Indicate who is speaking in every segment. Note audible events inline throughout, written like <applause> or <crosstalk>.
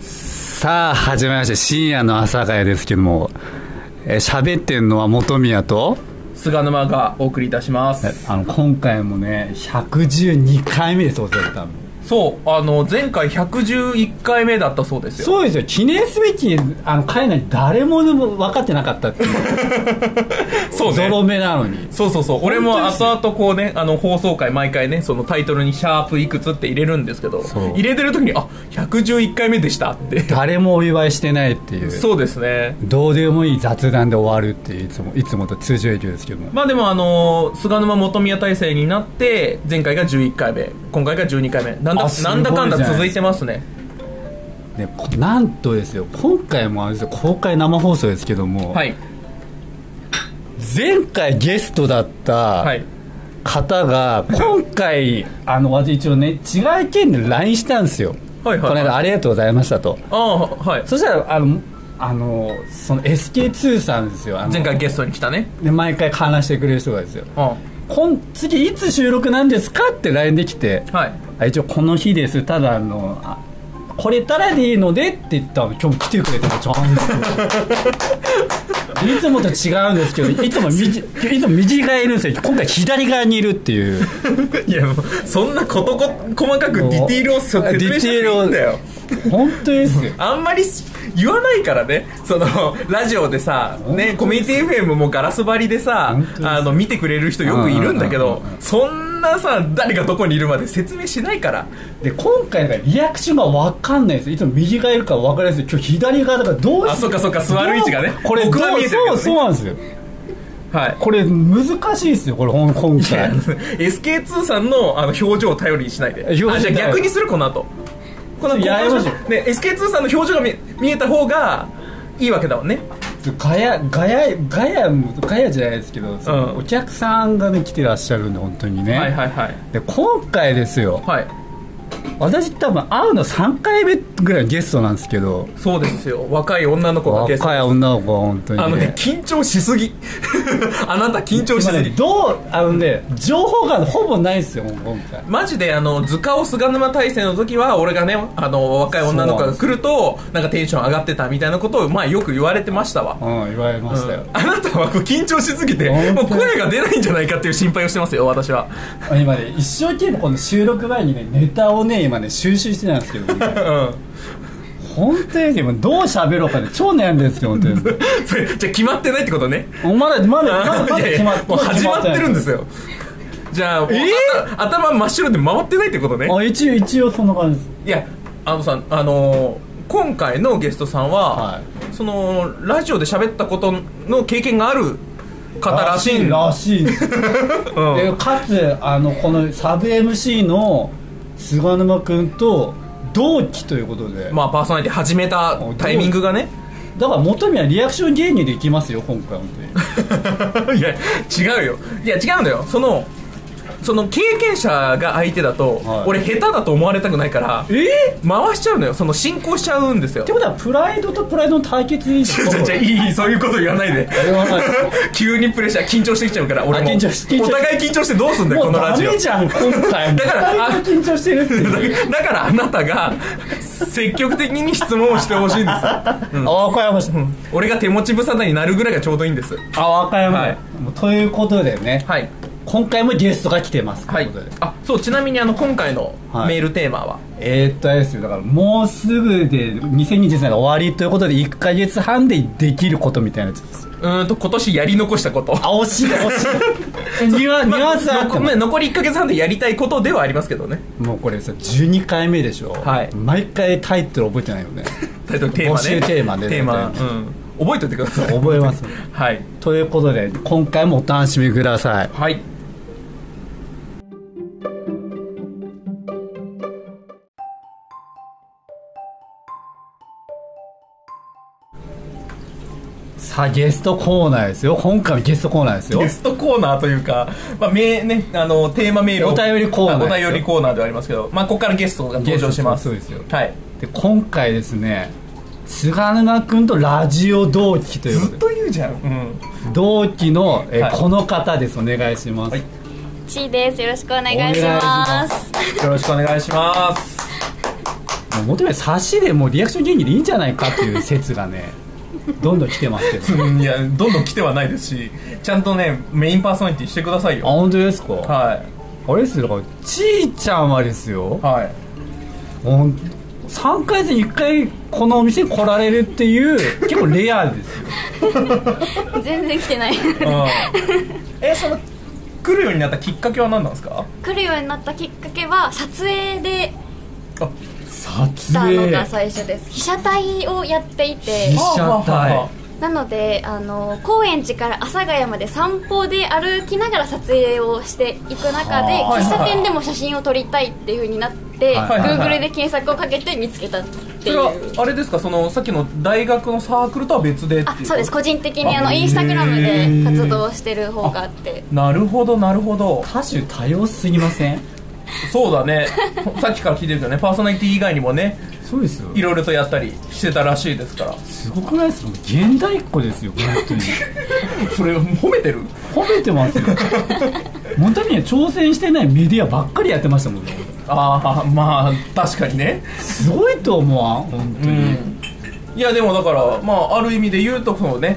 Speaker 1: さあ始まりました深夜の朝会ですけどもえー喋ってんのは本宮と
Speaker 2: 菅沼がお送りいたします、
Speaker 1: あの今回もね112回目ですおそらく多分
Speaker 2: そうあの前回111回目だったそうですよ
Speaker 1: そうですよ記念すべきあの海外誰も分かってなかったっていう
Speaker 2: そう
Speaker 1: ゾロ目なのに
Speaker 2: そうそうそう俺も後々こうねあの放送回毎回ねそのタイトルに「シャープいくつ」って入れるんですけど
Speaker 1: そう
Speaker 2: 入れてる時に「あ111回目でした」って
Speaker 1: 誰もお祝いしてないっていう
Speaker 2: そうですね
Speaker 1: どうでもいい雑談で終わるっていういつもいつもと通常営業ですけども
Speaker 2: まあでもあの菅沼本宮体制になって前回が11回目今回が12回目なん
Speaker 1: あ
Speaker 2: だ
Speaker 1: すごい
Speaker 2: なんだかんだ
Speaker 1: じゃない
Speaker 2: 続いてますね
Speaker 1: ね、こなんとですよ今回もあれですよ公開生放送ですけども、
Speaker 2: はい
Speaker 1: 前回ゲストだった
Speaker 2: はい
Speaker 1: 方が今回、あの私一応ね違う県で LINE したんですよ、
Speaker 2: はいはいはい
Speaker 1: この間ありがとうございましたと
Speaker 2: ああはい
Speaker 1: そしたらあのあのその SK2 さんですよあの
Speaker 2: 前回ゲストに来たね
Speaker 1: で毎回話してくれる人がですよ
Speaker 2: あ
Speaker 1: 今次いつ収録なんですかって LINE できて、
Speaker 2: はい
Speaker 1: あ一応この日ですただあのあこれたらでいいのでって言ったら今日来てくれても
Speaker 2: <laughs>
Speaker 1: ちゃんといつもと違うんですけどいつも右いつも右側にいるんですよ今回左側にいるっていう
Speaker 2: いやもうそんなことこ細かくディティールを説
Speaker 1: ディ
Speaker 2: 明し
Speaker 1: テ
Speaker 2: て
Speaker 1: ィー
Speaker 2: い
Speaker 1: ルを
Speaker 2: いんだよ
Speaker 1: 本当ですよ
Speaker 2: あんまりし言わないからねそのラジオでさ、ね、コミュニティ FM もガラス張りでさ
Speaker 1: 本当です
Speaker 2: あの見てくれる人よくいるんだけ
Speaker 1: う
Speaker 2: ど
Speaker 1: んうんうん
Speaker 2: そんなさ誰がどこにいるまで説明しないから
Speaker 1: で今回がリアクションが分かんないですいつも右側いるから分かりやすい今日左側だからどう
Speaker 2: あそっかそっか座る位置がね
Speaker 1: これどう
Speaker 2: 僕は見えてるけど
Speaker 1: そう
Speaker 2: ね
Speaker 1: そうなんですよ
Speaker 2: はい
Speaker 1: これ難しいですよこれほん今
Speaker 2: いや
Speaker 1: 回
Speaker 2: SK2 さんのあの表情を頼りにしないであ
Speaker 1: 表
Speaker 2: じ
Speaker 1: 情
Speaker 2: ゃあ逆にするこの後この後
Speaker 1: やりましょ
Speaker 2: ね SK2 さんの表情が見見えた方がいいわけだもんね
Speaker 1: ガヤガヤガヤもガヤじゃないですけど、その
Speaker 2: うん
Speaker 1: お客さんがね来てらっしゃるんで本当にね、
Speaker 2: はいはいはい
Speaker 1: で今回ですよ
Speaker 2: はい
Speaker 1: 私多分会うの3回目ぐらいのゲストなんですけど
Speaker 2: そうですよ若い女の子が
Speaker 1: 若
Speaker 2: ゲスト
Speaker 1: い女の子は本当に、ね、
Speaker 2: あのね緊張しすぎ <laughs> あなた緊張し
Speaker 1: 今
Speaker 2: す
Speaker 1: ね
Speaker 2: ぎ
Speaker 1: どうあのね情報がほぼないですよ今回
Speaker 2: マジであの図鑑菅沼大戦の時は俺がねあの若い女の子が来るとなんかテンション上がってたみたいなことをまあよく言われてましたわ
Speaker 1: うん言われましたよ、
Speaker 2: あなたはこう緊張しすぎて
Speaker 1: 本当
Speaker 2: もう声が出ないんじゃないかっていう心配をしてますよ私は
Speaker 1: 今ね一生懸命この収録前にねネタをね今ね収集してたんですけど、
Speaker 2: <laughs> うん
Speaker 1: 本当に今どう喋ろうかね超悩んでるんですよ本
Speaker 2: <laughs>
Speaker 1: 当に
Speaker 2: それじゃあ決まってないってこ
Speaker 1: <laughs>
Speaker 2: とね
Speaker 1: まだまだまだまだ
Speaker 2: いやい
Speaker 1: 決
Speaker 2: や
Speaker 1: まって
Speaker 2: もう始まってるんですすよじゃあもう、
Speaker 1: え
Speaker 2: 頭頭真っ白で回ってないってことね
Speaker 1: あ一応一応そんな感じです
Speaker 2: いやあのさあのー今回のゲストさんは、
Speaker 1: は
Speaker 2: そのラジオで喋ったことの経験がある方らしいん
Speaker 1: らしいんですよ
Speaker 2: うん
Speaker 1: でかつあのこのサブ MC の菅沼君と同期ということで、
Speaker 2: まあパーソナリティ始めたタイミングがね
Speaker 1: だから元宮リアクション芸人でいきますよ今回本
Speaker 2: いや違うよいや違うんだよそのその経験者が相手だと、
Speaker 1: はい
Speaker 2: 俺下手だと思われたくないから
Speaker 1: 当にえっ、っ
Speaker 2: 回しちゃうのよその進行しちゃうんですよ
Speaker 1: てことはプライドとプライドの対決にし
Speaker 2: じゃあじゃあいいいいそういうこと言わないで <laughs> 急にプレッシャー緊張してきちゃうから俺も
Speaker 1: あ緊張し緊張し
Speaker 2: お互い緊張してどうすんだよ
Speaker 1: も
Speaker 2: こ
Speaker 1: う
Speaker 2: のラ
Speaker 1: ダ
Speaker 2: ジオ
Speaker 1: メじゃん今回も
Speaker 2: だからあ
Speaker 1: 二人と緊張してるっていう
Speaker 2: だからあなたが積極的に質問をしてほしいんです
Speaker 1: あ和歌山市
Speaker 2: 俺が手持ち無沙汰になるぐらいがちょうどいいんです
Speaker 1: あ和歌山、
Speaker 2: はい
Speaker 1: もうということでね、
Speaker 2: はい
Speaker 1: 今回もゲストが来てます
Speaker 2: は
Speaker 1: と
Speaker 2: いう
Speaker 1: ことで
Speaker 2: あそうちなみにあの今回の
Speaker 1: はい
Speaker 2: メールテーマは、
Speaker 1: えー、っとあれですよだからもうすぐで2023年が終わりということで1か月半でできることみたいなやつです
Speaker 2: うーんと今年やり残したこと
Speaker 1: あ惜しい惜しい <laughs> ニュアニュアンスあって
Speaker 2: 残
Speaker 1: も
Speaker 2: 残り1か月半でやりたいことではありますけどね
Speaker 1: もうこれさ12回目でしょ、
Speaker 2: はい
Speaker 1: 毎回タイトル覚えてないよね
Speaker 2: タイトルテーマね
Speaker 1: 募集テーマね
Speaker 2: テーマ、
Speaker 1: 大体
Speaker 2: うん、覚えておいてください
Speaker 1: 覚え
Speaker 2: <laughs>
Speaker 1: ます
Speaker 2: はい
Speaker 1: ということで今回もお楽しみください
Speaker 2: はい
Speaker 1: さあゲストコーナーですよ今回のゲストコーナーですよ
Speaker 2: ゲストコーナーというか、まあめね、あのテーマメールを
Speaker 1: お便りコーナーです
Speaker 2: あ
Speaker 1: よ
Speaker 2: お便りコーナーではありますけど、まあ、ここからゲストが登場します
Speaker 1: ゲストそうです
Speaker 2: はい、
Speaker 1: で今回ですね菅沼君とラジオ同期ということ
Speaker 2: ず
Speaker 1: で
Speaker 2: っと言うじゃん、うん、
Speaker 1: 同期の、えー
Speaker 2: はい
Speaker 1: この方ですお願いします、
Speaker 2: はい
Speaker 3: ちーですよろしくお願いします
Speaker 2: よろしくお願いします
Speaker 1: もう求める差しでもうリアクション芸人でいいんじゃないかっていう説がねどんどん来てますけどあ
Speaker 2: うんいやどんどん来てはないですしちゃんとねメインパーソナリティしてくださいよ
Speaker 1: 本当ですか、
Speaker 2: は
Speaker 1: あれですよだからちーちゃんはですよ
Speaker 2: いはい
Speaker 1: ほん3回戦1回このお店に来られるっていう結構レアですよ
Speaker 3: 全然来てない <laughs>
Speaker 2: うんえその来るようになったきっかけは何なんですか
Speaker 3: 来るようになったきっかけは撮影で
Speaker 2: あ
Speaker 1: 撮
Speaker 3: したの
Speaker 1: 影
Speaker 3: が最初です被写体をやっていて
Speaker 1: 被写体
Speaker 3: なのであの高円寺から阿佐ヶ谷まで散歩で歩きながら撮影をしていく中で
Speaker 1: は
Speaker 2: あ
Speaker 3: 喫茶店でも写真を撮りたいっていう風になって、
Speaker 1: はい
Speaker 2: はいはい
Speaker 3: Google で検索をかけて見つけたって
Speaker 2: それ
Speaker 3: いう
Speaker 2: はあれですかそのさっきの大学のサークルとは別でってい
Speaker 3: あそうです個人的にあ
Speaker 2: あ
Speaker 3: のインスタグラムで活動してる方があって
Speaker 2: なるほどなるほど
Speaker 1: 歌手多様すぎません
Speaker 2: そうだね <laughs> さっきから聞いてるけどねパーソナリティ以外にもね
Speaker 1: そうですよ
Speaker 2: いろいろとやったりしてたらしいですから
Speaker 1: すごくないですか現代っ子ですよ本当に
Speaker 2: それ褒めてる
Speaker 1: 褒めてますよ本当にね挑戦してないメディアばっかりやってましたもんね
Speaker 2: ああまあ確かにね
Speaker 1: すごいと思わん本当
Speaker 2: う
Speaker 1: に、
Speaker 2: んいやでもだからまあある意味で言うとそのね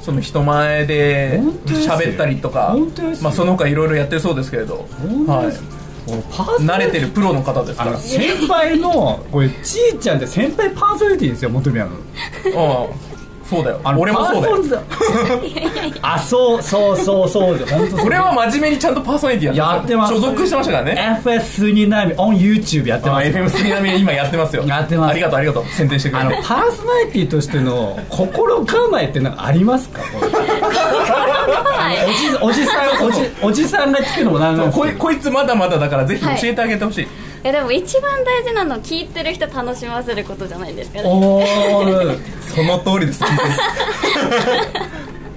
Speaker 2: その人前で
Speaker 1: 本当ですよ
Speaker 2: 喋ったりとか
Speaker 1: 本当ですよ
Speaker 2: まあ、その他いろいろやってるそうですけれど、
Speaker 1: 本当
Speaker 2: は
Speaker 1: です
Speaker 2: い、
Speaker 1: もうパーソナ
Speaker 2: 慣
Speaker 1: リ
Speaker 2: れてるプロの方ですか
Speaker 1: あ
Speaker 2: ら
Speaker 1: の先輩のこれちいちゃんって先輩パーソナリティですよ求めはの
Speaker 2: うんそうだよ
Speaker 1: あの
Speaker 2: 俺もそうだよ
Speaker 1: パーソ
Speaker 2: <laughs>
Speaker 1: ナリティあそうそうそうそうです本当そ
Speaker 2: 俺
Speaker 1: れ
Speaker 2: は真面目にちゃんとパーソナリティや
Speaker 1: や
Speaker 2: っ
Speaker 1: ってて
Speaker 2: ま
Speaker 1: ますす
Speaker 2: 所属してましたからね
Speaker 1: FS2 並み on YouTube やってます
Speaker 2: FM 杉並で今やってますよ
Speaker 1: やってます
Speaker 2: ありがとうありがとう宣伝してく
Speaker 1: あの
Speaker 2: れて
Speaker 1: パーソナリティとしての心構えってなんかありますかこれ
Speaker 3: はい
Speaker 1: おじおじさんおじおじさんが聞くのもなんなんです
Speaker 2: こ
Speaker 1: け
Speaker 2: い
Speaker 1: ど
Speaker 2: こいつまだまだだからぜひ教
Speaker 3: はい
Speaker 2: えてあげてほしい、
Speaker 3: いやでも一番大事なのは聞いてる人楽しませることじゃないですかね
Speaker 1: おー
Speaker 2: その通りです聞いてる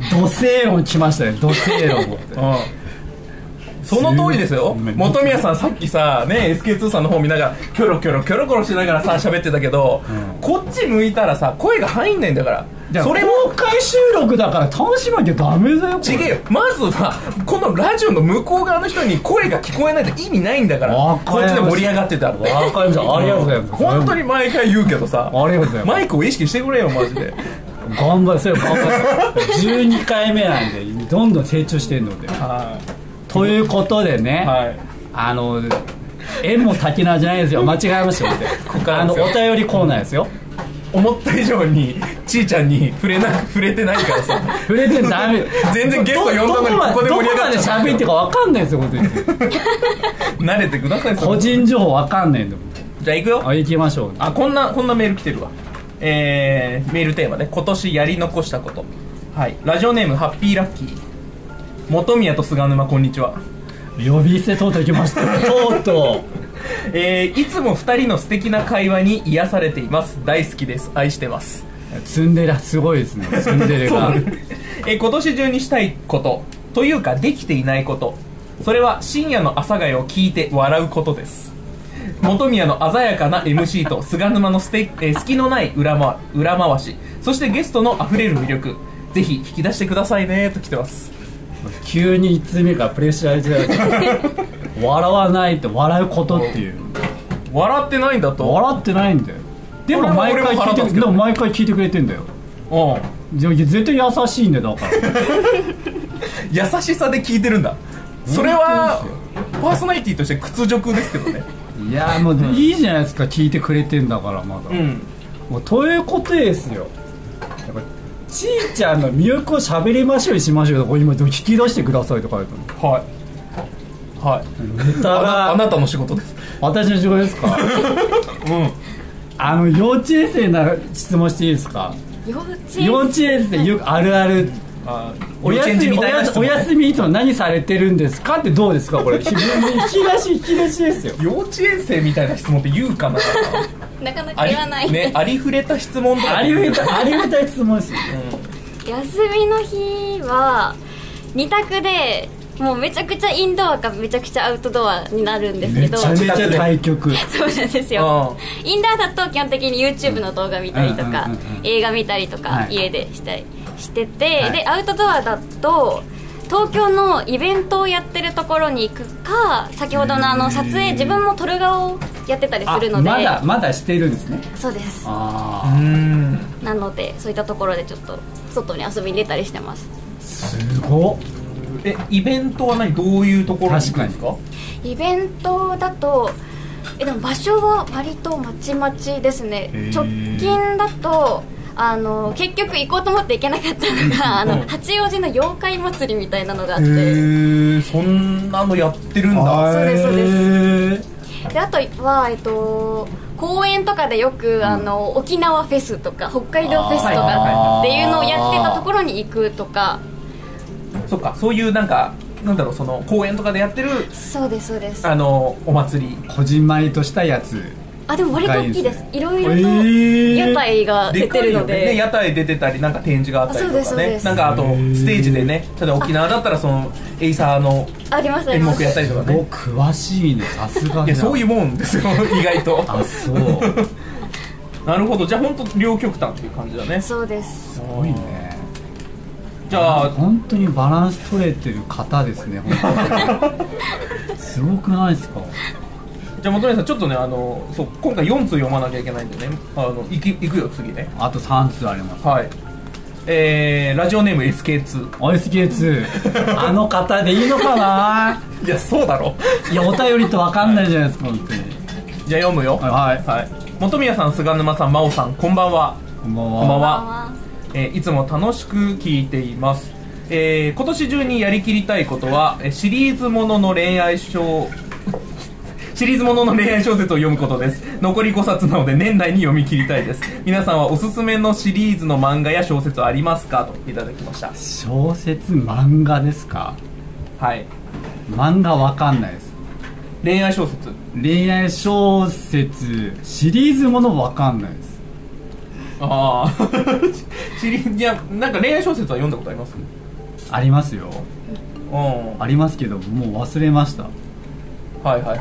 Speaker 1: 土星論来ましたね土星論
Speaker 2: うんその通りですよ
Speaker 1: すごい
Speaker 2: 本宮さんさっきさね SK2 さんの方見ながらキョロキョロキョロキョロしながらさ喋ってたけど、
Speaker 1: うん
Speaker 2: こっち向いたらさ声が入んないんだからそ
Speaker 1: そ
Speaker 2: れ
Speaker 1: れ
Speaker 2: も
Speaker 1: 公開収録だから楽しまなきゃダメだよこ
Speaker 2: ち
Speaker 1: れ
Speaker 2: げえよまずはこのラジオの向こう側の人に声が聞こえないと意味ないんだから
Speaker 1: わ
Speaker 2: こ
Speaker 1: かりま
Speaker 2: っち
Speaker 1: した
Speaker 2: で盛り上がってたって
Speaker 1: わかりましたありがとうございます
Speaker 2: 本当に毎回言うけど
Speaker 1: あ
Speaker 2: さ
Speaker 1: りがとうございます
Speaker 2: マイクを意識してくれよマジで
Speaker 1: 頑張れそれ頑張れ12回目なんでどんどん成長してるので
Speaker 2: は
Speaker 1: ということでね、
Speaker 2: い、はい
Speaker 1: あの縁も滝縄じゃないですよ間違えましたよ
Speaker 2: こから
Speaker 1: あ
Speaker 2: で
Speaker 1: の
Speaker 2: すよ
Speaker 1: お便りコーナーですよ
Speaker 2: 思った以上にちーちゃんに触れな触れてないからさ
Speaker 1: 触れてダメ
Speaker 2: 全然ゲスト呼んだのにここで盛り上がっちゃった
Speaker 1: どこまで喋っていいか分かんないですよ本当に
Speaker 2: 慣れてくださいそれ
Speaker 1: 個人情報分かんないんで
Speaker 2: じゃあ行くよ
Speaker 1: あ行きましょう
Speaker 2: あこんなこんなメール来てるわえー、メールテーマね今年やり残したことはいラジオネームハッピーラッキー本宮と菅沼こんにちは
Speaker 1: 呼び捨てとうとう来ましたとうと
Speaker 2: えー、いつも2人の素敵な会話に癒されています大好きです愛してます
Speaker 1: うツンデレすごいですねツンデレが
Speaker 2: えー今年中にしたいことというかできていないことそれは深夜の朝ヶ谷を聞いて笑うことです本宮の鮮やかな MC と菅沼のステ、えー隙のない裏回裏回しそしてゲストのあふれる魅力ぜひ引き出してくださいねと来てます
Speaker 1: 急に1通目からプレッシャーじゃない笑わないって笑うことっていう
Speaker 2: 笑ってないんだと
Speaker 1: 笑ってないんだよでも
Speaker 2: 俺も
Speaker 1: 毎回
Speaker 2: 俺も
Speaker 1: 聞い
Speaker 2: 腹
Speaker 1: て
Speaker 2: 立つけ
Speaker 1: で
Speaker 2: ど
Speaker 1: も毎回聞いてくれてんだよ
Speaker 2: うん
Speaker 1: じゃあ絶対優しいんだよだから
Speaker 2: 優しさで聞いてるんだそれはパーソナリティとして屈辱ですけどね
Speaker 1: いやもういいじゃないですか聞いてくれてんだからまだ、
Speaker 2: うん
Speaker 1: もうということですよやっぱちいちゃんの魅力を喋りましょうにしましょうよこれ今引き出してくださいと書いて
Speaker 2: はいはい
Speaker 1: あるネタ
Speaker 2: あな
Speaker 1: が
Speaker 2: あなたの仕事です
Speaker 1: 私の仕事ですか
Speaker 2: うん
Speaker 1: あの幼稚園生なら質問していいですか
Speaker 3: 幼稚
Speaker 1: 幼
Speaker 3: 園
Speaker 1: 稚園生よくあるある
Speaker 2: あー
Speaker 1: おやすみおやすお
Speaker 2: 質問
Speaker 1: 休みいつも何されてるんですかってどうですかこれ引き出し引き出しですよ
Speaker 2: 幼稚園生みたいな質問って言うかな
Speaker 3: なかなか
Speaker 2: あり
Speaker 3: 言わない、
Speaker 2: ね、ありふれた質問とか
Speaker 1: ありふれたありふれた質問ですよ
Speaker 3: 休みの日は2択でもうめちゃくちゃインドアかめちゃくちゃアウトドアになるんですけ
Speaker 1: め
Speaker 3: ど
Speaker 1: ちゃ
Speaker 3: そう
Speaker 1: めちゃ対局
Speaker 3: なんですよインドアだと基本的に YouTube の動画見たりとか、
Speaker 1: うんうんうんうん
Speaker 3: 映画見たりとか、
Speaker 1: はい
Speaker 3: 家でしたりしてて、
Speaker 1: はい
Speaker 3: でアウトドアだと東京のイベントをやってるところに行くか先ほどのあの撮影自分も撮る側をやってたりするの
Speaker 1: あ
Speaker 3: で、
Speaker 1: まだまだしてるんですね
Speaker 3: そうです
Speaker 1: あ
Speaker 2: ーん
Speaker 3: なのでそういったところでちょっと外に遊びに出たりしてます
Speaker 1: あすごっ
Speaker 2: えイベントは何どういうところに行くんですか
Speaker 3: イベントだとえでも場所は割とまちまちですね
Speaker 2: へー
Speaker 3: 直近だとあの結局行こうと思って行けなかったのがあ
Speaker 2: うん
Speaker 3: の八王子の妖怪祭りみたいなのがあっ
Speaker 2: へ
Speaker 3: て
Speaker 2: ーそんなのやってるんだ
Speaker 3: そうですそうです
Speaker 1: です
Speaker 3: であとは、えっと、公園とかでよくあの沖縄フェスとか北海道フェスと
Speaker 1: あー
Speaker 3: かっていうのをやってたところに行くとか
Speaker 2: そっかそういうなんかなんだろうその公園とかでやってる
Speaker 3: そうですそうです
Speaker 2: あのお祭り
Speaker 1: こじんまりとしたやつ
Speaker 3: あでも割と大きいで
Speaker 1: 深い
Speaker 3: す
Speaker 1: ですね
Speaker 3: いろいろ
Speaker 1: え
Speaker 3: と
Speaker 1: ー
Speaker 3: 屋台が出
Speaker 2: でか
Speaker 3: て
Speaker 2: い
Speaker 3: る
Speaker 2: よ
Speaker 3: の
Speaker 2: ね
Speaker 3: で
Speaker 2: ね屋台出てたりなんか展示があったり
Speaker 3: あそうです
Speaker 2: とか
Speaker 3: そう
Speaker 2: ね
Speaker 3: です
Speaker 2: なんかあと
Speaker 1: へー
Speaker 2: ステージでね例えば沖縄だったらそのエイサーの
Speaker 3: ありますあり
Speaker 2: 演
Speaker 3: ま
Speaker 2: 目やった
Speaker 3: す
Speaker 2: りと
Speaker 1: お
Speaker 2: かね
Speaker 1: 詳しいねさすが
Speaker 2: いやそういううもんですよ意外と <laughs>
Speaker 1: あそう
Speaker 2: なるほどじゃあ本当両極端っていう感じだね
Speaker 3: そうです
Speaker 1: すごいね
Speaker 2: じゃあ
Speaker 1: 本当にバランス取れてる方ですね本当にすごくないですか
Speaker 2: じゃあ元宮さんちょっとねあのそう今回4通読まなきゃいけないんでねあのいきいくよ次ね
Speaker 1: あと3つあります
Speaker 2: はいえー、ラジオネーム SK2
Speaker 1: OSK2 あの方でいいのかない
Speaker 2: やそうだろ
Speaker 1: いやお便りと分かんないじゃないですか本当に
Speaker 2: じゃあ読むよは
Speaker 1: はい、
Speaker 2: い、元宮さん菅沼さん真央さんこんばんは
Speaker 1: こんばんは
Speaker 2: こんばんは
Speaker 3: あ
Speaker 2: えーいつも楽しく聞いています、えー今年中にやりきりたいことはえーシリーズものの恋愛小 <laughs> シリーズものの恋愛小説を読むことです残り5冊なので年内に読み切りたいです皆さんはおすすめのシリーズの漫画や小説ありますかといただきました
Speaker 1: 小説漫画ですか
Speaker 2: はい
Speaker 1: 漫画わかんないです
Speaker 2: 恋愛小説
Speaker 1: 恋愛小説シリーズものわかんないです
Speaker 2: ああ <laughs> シリーズいやなんか恋愛小説は読んだことあります
Speaker 1: ありますよ
Speaker 2: うんはい
Speaker 1: ありますけどもう忘れました
Speaker 2: はいはい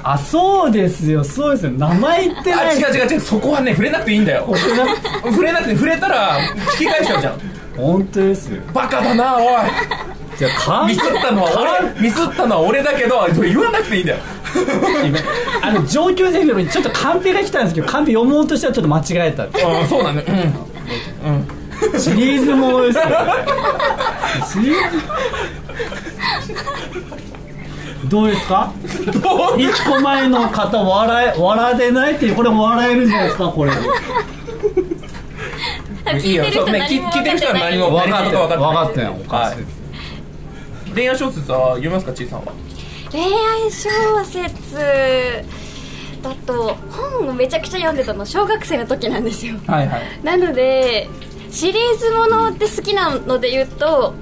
Speaker 1: あそうですよそうですよ名前言って
Speaker 2: あ
Speaker 1: ない
Speaker 2: 違う違う違うそこはね触れなくていいんだよ触れなくて触れたら引き返しちゃうじゃん
Speaker 1: 本当ですよ
Speaker 2: バカだなお
Speaker 1: じゃあか
Speaker 2: いミスったのは俺ミスったのは俺だけどそれ言わなくていいんだよ
Speaker 1: あの上級生の時にちょっとカンペが来たんですけどカンペ読もうとしたらちょっと間違えたって
Speaker 2: あそうなんだうん
Speaker 1: シリーズものですよこれシリーズどうですか
Speaker 2: どう
Speaker 1: 一個前の方笑え笑ってないっていうこれ笑えるんじゃないですかこれ
Speaker 3: ー聞いてる
Speaker 2: そう
Speaker 3: 人
Speaker 2: ね聞
Speaker 3: 何も
Speaker 2: 聞いて
Speaker 3: 分か
Speaker 2: る
Speaker 3: って
Speaker 2: 人は
Speaker 3: な
Speaker 2: 何
Speaker 3: い
Speaker 2: も
Speaker 1: 分かってる分
Speaker 2: 分か
Speaker 1: か
Speaker 2: っ
Speaker 1: ってて
Speaker 2: な
Speaker 1: ないいおかしいです
Speaker 2: 恋愛小説は読みますかちいさんは
Speaker 3: 恋愛小説だと本をめちゃくちゃ読んでたの小学生の時なんですよ
Speaker 2: はいはい
Speaker 3: なのでシリーズものって好きなので言うと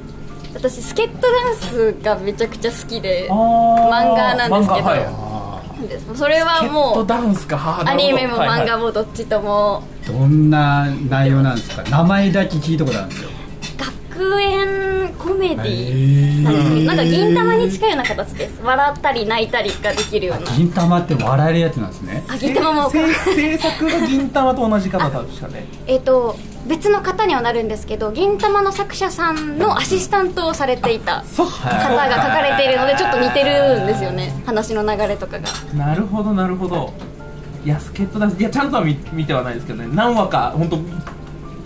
Speaker 3: 私スケットダンスがめちゃくちゃ好きで漫画なんですけどそれは
Speaker 2: も
Speaker 3: も
Speaker 2: う
Speaker 3: う
Speaker 2: ダンスかはあな
Speaker 3: ア
Speaker 2: る
Speaker 3: ニ
Speaker 2: ほど
Speaker 3: メも漫画もどっちとも
Speaker 1: どんな内容なんですか名前だけ聞いたことあるんですよ
Speaker 3: 学園コメディなんですけ
Speaker 1: ー
Speaker 3: どなんか銀玉に近いような形です笑ったり泣いたりができるような
Speaker 1: 銀玉って笑えるやつなんですね
Speaker 3: あ銀玉も
Speaker 2: 制制作が銀玉と同じ方だしかね
Speaker 3: えっと別の方にはなるんですけど銀玉の作者さんのアシスタントをされていた
Speaker 2: そう
Speaker 3: 方が書かれているのでちょっと似てるんですよね話の流れとかが
Speaker 2: なるほどなるほどいや助っ人だいやちゃんとは見見てはないですけどね何話か本当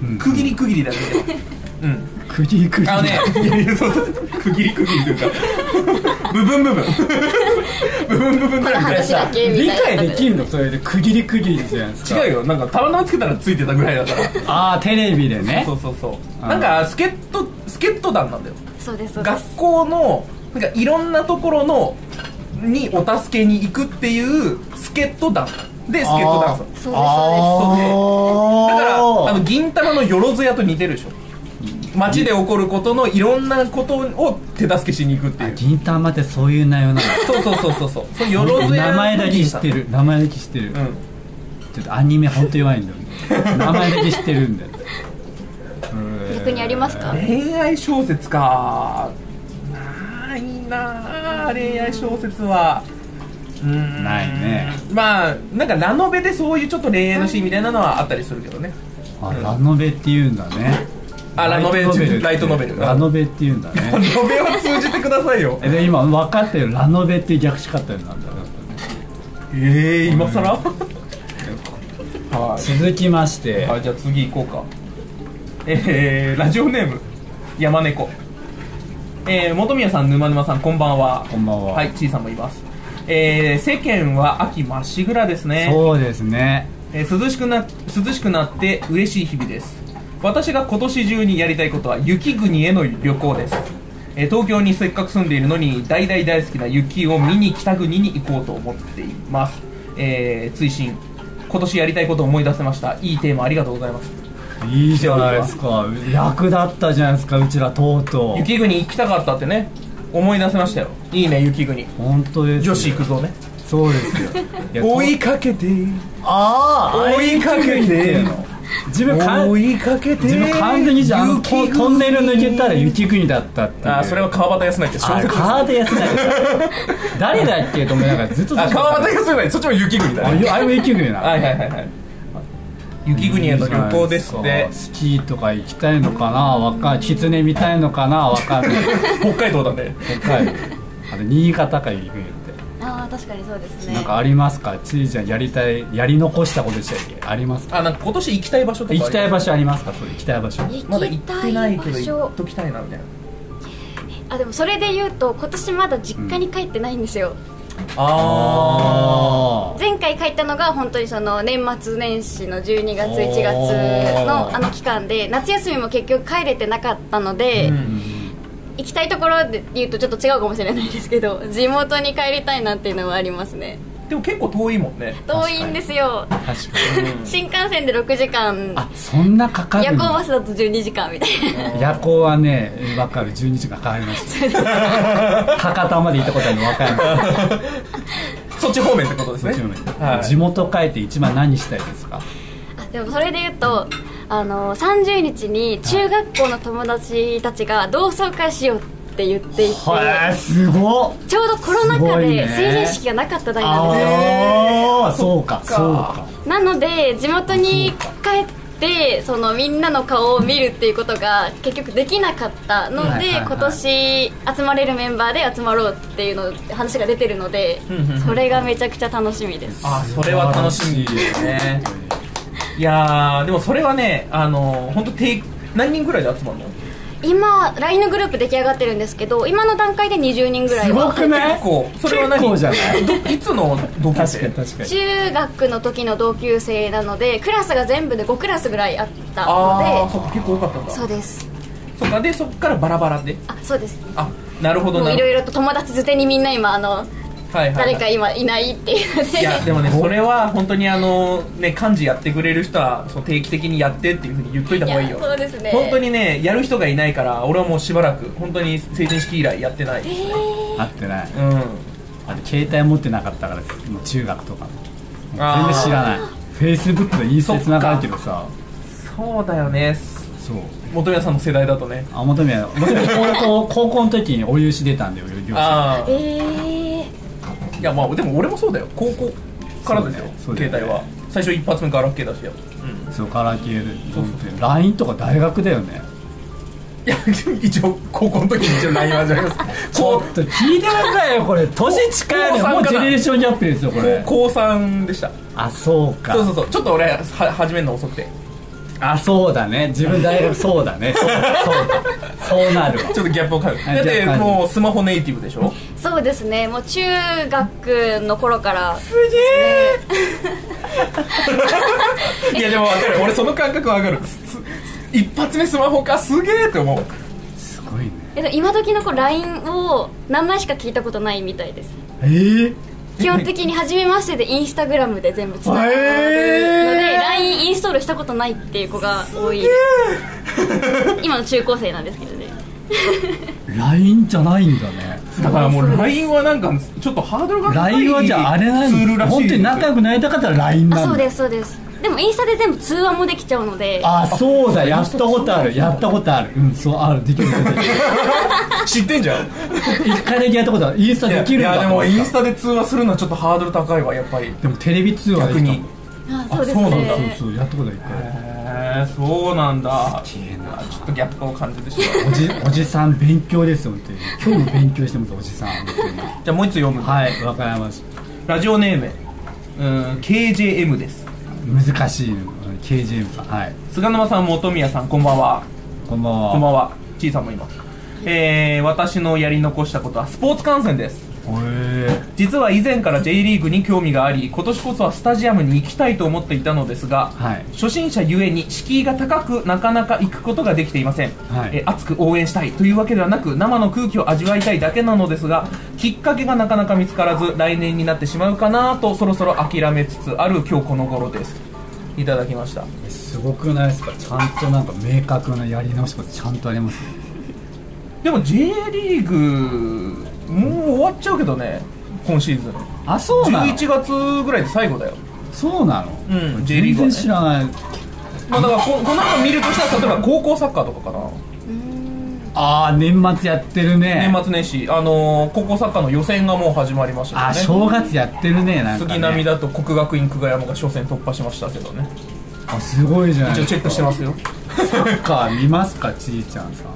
Speaker 1: うん
Speaker 2: 区切り区切りだけでうん
Speaker 1: くぎくぎ
Speaker 2: あのねいやいやそうそう区切り区切りというか部分部分部分部分ぐらいみたい
Speaker 3: 話だけみ
Speaker 1: 理
Speaker 3: たいな
Speaker 1: 解できんのそれで区切り区切りじゃないですか
Speaker 2: な違うよなんかたまたまつけたらついてたぐらいだから
Speaker 1: ああテレビでね
Speaker 2: そうそうそう
Speaker 1: あー
Speaker 2: なんか助っ人助っ人団なんだよ
Speaker 3: <laughs> そうですそうです
Speaker 2: 学校のなんかいろんなところのにお助けに行くっていう助っ人団で助っ人ダンス
Speaker 3: そうですそうです
Speaker 2: だからあの
Speaker 1: だ
Speaker 2: 銀玉のよろずやと似てるでしょ街で起こることのいろんなことを手助けしに行くっていう
Speaker 1: 銀玉ってそういう内容なの
Speaker 2: そうそうそうそうそうそうよろず
Speaker 1: 名
Speaker 2: や
Speaker 1: 前だけ知ってる名前だけ知ってる、
Speaker 2: うん
Speaker 1: ちょっとアニメ本当弱いんだよね名前だけ知ってるんだよ
Speaker 3: <laughs> 逆にありますか
Speaker 2: 恋愛小説かないなあ恋愛小説はうーん
Speaker 1: ないね
Speaker 2: まあなんかラノベでそういうちょっと恋愛のシーンみたいなのはあったりするけどね
Speaker 1: あラノベって言うんだね
Speaker 2: あラノベライトノベル
Speaker 1: ラノベって言うんだ
Speaker 2: ラ
Speaker 1: ね
Speaker 2: ノベを通じてくださいよ
Speaker 1: えで今分かったよラノベっていう略し方になるんだね
Speaker 2: ええー、今更はい
Speaker 1: 続きまして、
Speaker 2: はい、じゃあ次行こうか。えー、ラジオネーム、山猫。えー、本宮さん、沼沼さん、こんばんは。
Speaker 1: こんばんは
Speaker 2: はい、ちいさんもいます。えー、世間は秋まっしぐらですね。
Speaker 1: そうですね
Speaker 2: えー涼しくな、涼しくなって嬉しい日々です。私が今年中にやりたいことは雪国への旅行です。えー東京にせっかく住んでいるのに大大大好きな雪を見に北国に行こうと思っています。えー、追伸今年やりたいことを思い出せました。いいテーマありがとうございます。
Speaker 1: いいじゃないですか役立ったじゃないですかうちらとうとう
Speaker 2: 雪国行きたかったってね、思い出せましたよ。いいね、雪国。
Speaker 1: 本当ですよ
Speaker 2: 女子行くぞね。
Speaker 1: そうですよい
Speaker 2: <laughs>
Speaker 1: やと
Speaker 2: かけて。
Speaker 1: ああ
Speaker 2: 追いかけて
Speaker 1: 自分かん
Speaker 2: いかけて
Speaker 1: 自分完全にじゃんあの
Speaker 2: 雪国
Speaker 1: トトンネル抜けたら雪国だったっていう
Speaker 2: あー、それは川端康成って小
Speaker 1: あ
Speaker 2: 説
Speaker 1: れ川端
Speaker 2: <laughs>
Speaker 1: 康成誰だっけと思いながらずっと
Speaker 2: あ、川端康成そっちも雪国だ
Speaker 1: あ
Speaker 2: ね
Speaker 1: れあれも雪国なの
Speaker 2: はいはいはいはい雪国への旅行ですって
Speaker 1: スキーとか行きたいのかなわかんない狐見たいのかなわかんない
Speaker 2: 北海道だね
Speaker 1: 北海道あれ新潟か雪国って
Speaker 3: ああ確かにそうですね
Speaker 1: なんかありますかちいちゃんやりたいやり残したことでしたっけありますか
Speaker 2: あ、なんか今年行きたい場所とかあり
Speaker 1: 行
Speaker 2: ま
Speaker 1: き
Speaker 2: す
Speaker 1: たい場所ありますかそれ行きたい場所
Speaker 3: 行
Speaker 2: まだ
Speaker 3: き
Speaker 2: 行ったてないい
Speaker 3: 場
Speaker 2: けど行
Speaker 3: 所
Speaker 2: っときたいなみたいな
Speaker 3: あでもそれで言うと今年まだ実家に帰ってないんですよ、
Speaker 2: あ
Speaker 1: ー
Speaker 3: 前回帰ったのが本当にその年末年始の12月1月
Speaker 1: お
Speaker 3: の
Speaker 1: ー
Speaker 3: あの期間で夏休みも結局帰れてなかったので、
Speaker 2: う
Speaker 1: うん
Speaker 3: 行きたいところで言うとちょっと違うかもしれないですけど地元に帰りたいなっていうのはありますね
Speaker 2: でも結構遠いもんね
Speaker 3: 遠いんですよ
Speaker 1: 確か
Speaker 3: 新幹線で6時間
Speaker 1: にあそんなかかる
Speaker 3: 夜
Speaker 1: ん
Speaker 3: 行
Speaker 1: だ
Speaker 3: バスだと12時間みたい
Speaker 1: 夜行はね分かる12時間かかりま
Speaker 3: <laughs>
Speaker 1: した博多まで行ったことあるの分かりま
Speaker 2: そっち方面ってことですね
Speaker 1: すもちろん
Speaker 2: はい
Speaker 1: 地元帰って一番何したいですか
Speaker 3: なあでもそれで言うとあの30日に中学校の友達たちが同窓会しようって言っていて
Speaker 1: はいすごっ
Speaker 3: ちょうどコロナ
Speaker 1: す
Speaker 3: 禍
Speaker 1: ごい
Speaker 3: で
Speaker 1: ね
Speaker 3: 成人式がなかった代なんですよ
Speaker 1: ああそうかそうか
Speaker 3: なので地元に帰ってそのみんなの顔を見るっていうことが結局できなかったので、
Speaker 1: はいはいはい
Speaker 3: 今年集まれるメンバーで集まろうっていうの話が出てるので
Speaker 2: うんうんうん
Speaker 3: それがめちゃくちゃ楽しみです
Speaker 2: あーそれは楽しみですねいやーでもそれはねあの本当定何人ぐらいで集まるの
Speaker 3: 今 LINE のグループ出来上がってるんですけど今の段階で20人ぐらい
Speaker 1: すご
Speaker 3: は
Speaker 1: くない
Speaker 2: 結構それは何
Speaker 1: 結構じゃない
Speaker 2: どいつの同級
Speaker 1: 確か
Speaker 2: 生
Speaker 1: に確かに
Speaker 3: 中学の時の同級生なのでクラスが全部で5クラスぐらいあった
Speaker 2: ああーそ
Speaker 3: の
Speaker 2: っか結構多かったんだ
Speaker 3: でそうです
Speaker 2: そっかでそっからバラバラで
Speaker 3: あそうです
Speaker 2: あなるほど
Speaker 3: もう
Speaker 2: ないる
Speaker 3: ろいろと友達づてにみんな今あの
Speaker 2: ほどはいはい
Speaker 3: 誰
Speaker 2: は
Speaker 3: か
Speaker 2: い
Speaker 3: 今いないっていうので
Speaker 2: い
Speaker 3: <laughs>
Speaker 2: やでもねそれは本当にあのね幹事やってくれる人はその定期的にやってっていうふうに言っといた方がいいよ
Speaker 3: いやそうですね
Speaker 2: 本当にねやる人がいないから俺はもうしばらく本当に成人式以来やって
Speaker 3: <laughs>
Speaker 2: ないうん
Speaker 1: 合ってないあれ携帯持ってなかったからもう中学とかも全
Speaker 2: あー
Speaker 1: 然知らないフェイスブックでインスタつながるけどさ
Speaker 2: そうだよね
Speaker 1: そう
Speaker 2: 元宮さんの世代だとね
Speaker 1: あ元宮元宮高校 <laughs> 高校の時にお許し出たんだよ両親
Speaker 2: ああ
Speaker 3: えー
Speaker 2: いやまあでも俺もそうだよ高校からですよ、
Speaker 1: そうだよそう
Speaker 2: 携
Speaker 1: だよね
Speaker 2: 帯は最初一発目ガラケーだしよ、うん
Speaker 1: そうカラー消えると思って LINE とか大学だよね
Speaker 2: いや一応高校の時に一応 LINE はじゃあり <laughs> ます
Speaker 1: ちょっと聞いてくださいよこれ年近いのもうジェネレーションギャップですよこれ
Speaker 2: 高3でした
Speaker 1: あそうか
Speaker 2: そうそうそうちょっと俺は始めるの遅くて
Speaker 1: あそうだね自分大学そうだねそうだそうだそうなるわ
Speaker 2: ちょっとギャップを感じる
Speaker 1: はい
Speaker 2: <laughs> だっ
Speaker 1: ギャ
Speaker 2: て
Speaker 1: ップ感じる
Speaker 2: もうスマホネイティブでしょ
Speaker 3: そうですねもう中学の頃から
Speaker 2: <laughs> いやでも分かる俺その感覚分かるす一発目スマホかすげえって思う
Speaker 1: すごいね
Speaker 3: えっと今時の子 LINE を何枚しか聞いたことないみたいです
Speaker 1: えー、
Speaker 3: 基本的に初めましてでインスタグラムで全部つながってるので
Speaker 1: え
Speaker 3: LINE インストールしたことないっていう子が多い今の中高生なんですけどね
Speaker 1: ー、LINE じゃないんだね
Speaker 2: だからもう LINE はなんかちょっとハードルが高い
Speaker 1: LINE はじゃああれなん
Speaker 2: ツールらしい
Speaker 1: 本当に仲良くなりたかったら LINE なん
Speaker 3: あ
Speaker 1: だ
Speaker 3: そうですそうですでもインスタで全部通話もできちゃうので
Speaker 1: あそうだやったことあるやったことあるうんそうあるできるできる
Speaker 2: 知ってんじゃん
Speaker 1: 一回だけやったことあるインスタ
Speaker 2: いや
Speaker 1: でき
Speaker 2: い
Speaker 1: るんだ
Speaker 2: やで
Speaker 1: と思
Speaker 2: も
Speaker 1: った
Speaker 2: インスタで通話するのはちょっとハードル高いわやっぱりへ
Speaker 1: でもテレビ通話できたもん
Speaker 2: 逆に
Speaker 3: あそうです
Speaker 2: あそうなん
Speaker 1: そう
Speaker 3: ね
Speaker 1: そうやったことある一回
Speaker 2: えそうなんだ
Speaker 1: すげえな
Speaker 2: ちょっとギャップを感じてしまう
Speaker 1: おじおじさん勉強ですよ本当に今日も勉強してますおじさん本当に
Speaker 2: じゃあもう一つ読む
Speaker 1: はい和歌山市
Speaker 2: ラジオネームうーん KJM です
Speaker 1: 難しい KJM かはい
Speaker 2: 菅沼さん本宮さんこんばんは
Speaker 1: こんばんは
Speaker 2: こんばんはちいさんもいますえー、私のやり残したことはスポーツ観戦です
Speaker 1: へ
Speaker 2: 実は以前から J リーグに興味があり今年こそはスタジアムに行きたいと思っていたのですが、
Speaker 1: はい
Speaker 2: 初心者ゆえに敷居が高くなかなか行くことができていません、
Speaker 1: はい
Speaker 2: え熱く応援したいというわけではなく生の空気を味わいたいだけなのですがきっかけがなかなか見つからず来年になってしまうかなとそろそろ諦めつつある今日この頃ですいただきました
Speaker 1: えすごくないですかちゃんとなんか明確なやり直しことちゃんとありますね
Speaker 2: でも J リーグもう終わっちゃうけどね今シーズン
Speaker 1: あそうなの
Speaker 2: 11月ぐらいで最後だよ
Speaker 1: そうなの
Speaker 2: うん J リ
Speaker 1: 全
Speaker 2: ーグ
Speaker 1: 然
Speaker 2: はね
Speaker 1: 知らない
Speaker 2: まあだからここの後見るとしたら例えば高校サッカーとかかな
Speaker 1: ああ年末やってるね
Speaker 2: 年末年始あのー高校サッカーの予選がもう始まりました
Speaker 1: あー
Speaker 2: けどね
Speaker 1: 正月やってるねなんかね
Speaker 2: 杉並だと国学院久我山が初戦突破しましたけどね
Speaker 1: あすごいじゃない
Speaker 2: 一応チェックしてますよ
Speaker 1: サッカー見ますかちいちゃんさん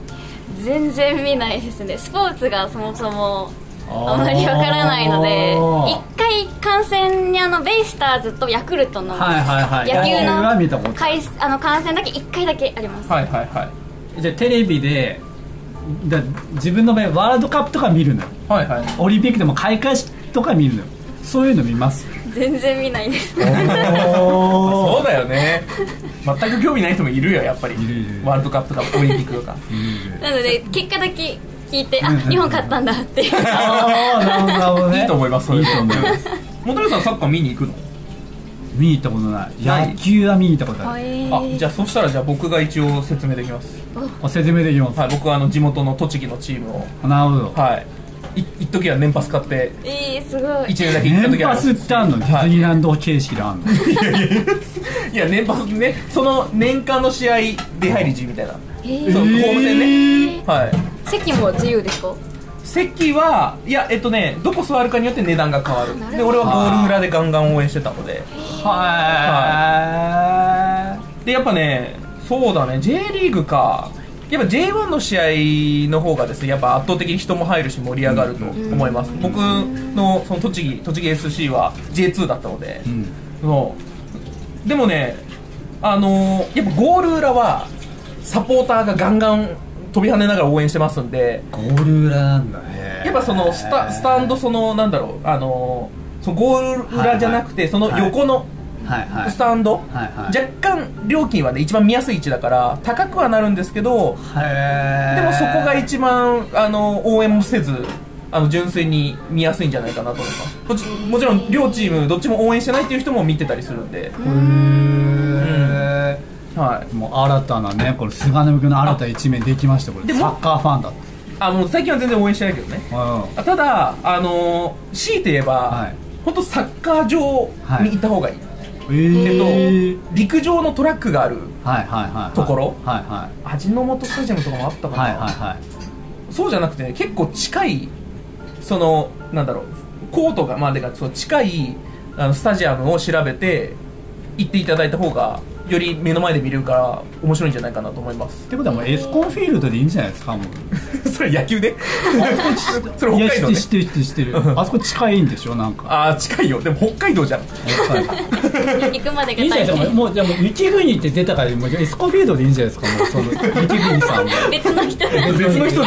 Speaker 3: 全然見ないですねスポーツがそもそもあんまりわからないので一回観戦にあのベイスターズとヤクルトの
Speaker 1: はいはいはい
Speaker 3: 野球の
Speaker 1: は見たことあ
Speaker 3: 回あの観戦だけ一回だけあります、
Speaker 2: はいはいはい
Speaker 1: るじゃあテレビでだ自分の場合ワールドカップとか見るのよ
Speaker 2: はいはい
Speaker 1: オリンピックでも開会式とか見るのよそういうの見ます
Speaker 3: 全然見ないです
Speaker 1: お <laughs>
Speaker 2: そうだよね全く興味ない人もいるよやっぱり
Speaker 1: いるいる
Speaker 2: ワールドカップとかオリンピックと <laughs> か
Speaker 3: なので結果だけ聞いてあ日本勝ったんだっていう
Speaker 1: あーなるほどね
Speaker 2: いいと思いますそれ
Speaker 1: いいと思います
Speaker 2: 本宮さんサッカー見に行くの
Speaker 1: 見に行ったことな
Speaker 2: ないい
Speaker 1: 野球は見に行ったことあ
Speaker 3: は
Speaker 1: る
Speaker 3: い
Speaker 2: あじゃあそしたらじゃあ僕が一応説明できます
Speaker 1: お説明できます
Speaker 2: はい僕はあの地元の栃木のチームを
Speaker 1: なるほど
Speaker 2: はいい一時は年パス買って
Speaker 3: えー、すごい
Speaker 2: 一年だけ行った
Speaker 1: 年
Speaker 2: 時は
Speaker 1: パスってあんのディズニーランド形式であんの
Speaker 2: いや年パスねその年間の試合出入り時みたいな
Speaker 3: え
Speaker 2: そう
Speaker 3: ー
Speaker 2: ホーム戦ねはい
Speaker 3: 席も自由ですか
Speaker 2: 席はいやえっとねどこ座るかによって値段が変わ
Speaker 3: なる
Speaker 2: る
Speaker 3: ほど
Speaker 2: で俺はゴール裏でガンガン応援してたので
Speaker 1: は
Speaker 2: でやっぱねそうだね J リーグかやっぱ J1 の試合の方がですねやっぱ圧倒的に人も入るし盛り上がると思います、僕のその栃木栃木 SC は J2 だったので、
Speaker 1: いうん
Speaker 2: そうでもねあのーやっぱゴール裏はサポーターがガンガン飛び跳ねながら応援してますんで
Speaker 1: ゴール裏なんだね
Speaker 2: やっぱそのスタスタンドそのなんだろうあのーそのゴール裏じゃなくてその横の
Speaker 1: はいはい
Speaker 2: スタンド、
Speaker 1: はいはい
Speaker 2: 若干料金はね一番見やすい位置だから高くはなるんですけど
Speaker 1: へー
Speaker 2: でもそこが一番あの応援もせずあの純粋に見やすいんじゃないかなと思いますこっちもちろん両チームどっちも応援してないっていう人も見てたりするんで、
Speaker 1: へ
Speaker 2: はい
Speaker 1: ーもう新たなねこれ菅波君の新たな一面できましたこれ
Speaker 2: でも
Speaker 1: サッカーファンだっ
Speaker 2: あもう最近は全然応援してないけどね
Speaker 1: たうん
Speaker 2: あただあのー強いて言え
Speaker 1: は
Speaker 2: ば
Speaker 1: い
Speaker 2: 本当、サッカー場に行った方がいい、
Speaker 1: え
Speaker 2: えっと陸上のトラックがある
Speaker 1: はいはいはいはい
Speaker 2: ところ
Speaker 1: はいは
Speaker 2: 味の素スタジアムとかもあったか
Speaker 1: い
Speaker 2: な、
Speaker 1: はいはいはい
Speaker 2: そうじゃなくて、ね、結構近いそのなんだろうコートがまでがそう近いあのスタジアムを調べて行っていただいた方がより目の前で見れるから面白いんじゃないかなと思いま
Speaker 1: っ
Speaker 2: す
Speaker 1: てことはもうエスコンフィールドでいいんじゃないですかもう
Speaker 2: <laughs> それ野球でそれ
Speaker 1: い
Speaker 2: 北
Speaker 1: や
Speaker 2: 海
Speaker 1: 知っ
Speaker 2: 道
Speaker 1: て知ってる知ってる
Speaker 2: ね
Speaker 1: 知ってるあそこ近いんでしょなんか
Speaker 2: ああ近いよでも北海道じゃん
Speaker 3: 行くまで
Speaker 1: いい
Speaker 3: が
Speaker 1: じゃないです
Speaker 3: 大
Speaker 1: か
Speaker 3: 変
Speaker 1: もうじゃあもう雪国って出たからもうエスコンフィールドでいいんじゃないですかもうその雪国さんで
Speaker 3: 別の人で
Speaker 2: 別の人ですよ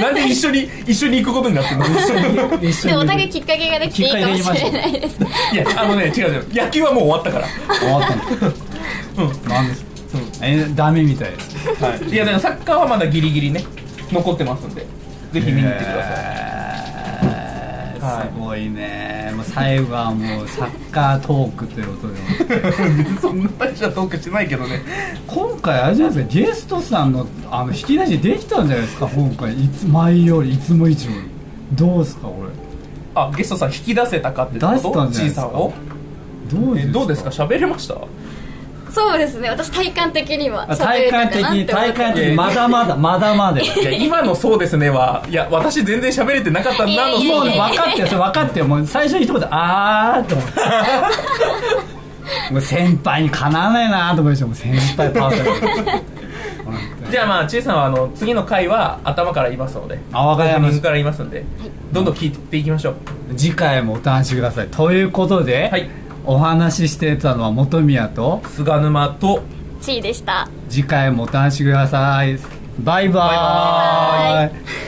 Speaker 2: なんで一緒に一緒に行くことになって <laughs> るの一緒に
Speaker 1: 一緒に
Speaker 3: もお互いきっかけができていいかもしれないです
Speaker 2: いやあのね違う違う野球はもう終わったから
Speaker 1: 終わったの
Speaker 2: うん
Speaker 1: なんですえダメみたいです
Speaker 2: はい、いやでもサッカーはまだギリギリね残ってますんでぜひ見に行ってください、
Speaker 1: えー
Speaker 2: はい
Speaker 1: すごいねもう最後はもうサッカートークということで
Speaker 2: そんな大したトークしてないけどね
Speaker 1: 今回あれじゃないですかゲストさんのあの引き出しできたんじゃないですか今回いつ前よりいつも以上にどうですかこれ
Speaker 2: あゲストさん引き出せたかってこ
Speaker 1: 出せた
Speaker 2: と
Speaker 1: んじゃないですか
Speaker 2: C さんを
Speaker 1: どうで
Speaker 2: え
Speaker 1: すか
Speaker 2: どうですか喋れました
Speaker 3: そうですね私体感的には
Speaker 1: あ体感的に体感的
Speaker 2: え
Speaker 1: に
Speaker 2: ー
Speaker 1: まだまだまだまだ
Speaker 2: いや今の「そうですねは」いや私全然喋れてなかったんだの
Speaker 3: いやい
Speaker 1: もう
Speaker 2: そう
Speaker 1: ね
Speaker 2: で
Speaker 1: 分かってよそれ分かってよもう最初に一言「あー」と思ってもう先輩にかなわないなと思いましたもう先輩パーソナル
Speaker 2: じゃあまあ C さんはあの次の回は頭から言いますので
Speaker 1: あわかりまし
Speaker 2: 自
Speaker 1: た
Speaker 2: から言いますんでどんどん聞いていきましょう
Speaker 1: 次回もお楽しみくださいということで、
Speaker 2: はい
Speaker 1: お話ししてたのは本宮と
Speaker 2: 菅沼と
Speaker 3: 地位でした
Speaker 1: 次回もお楽しみくださいバイバ
Speaker 2: バ
Speaker 1: バイバーイ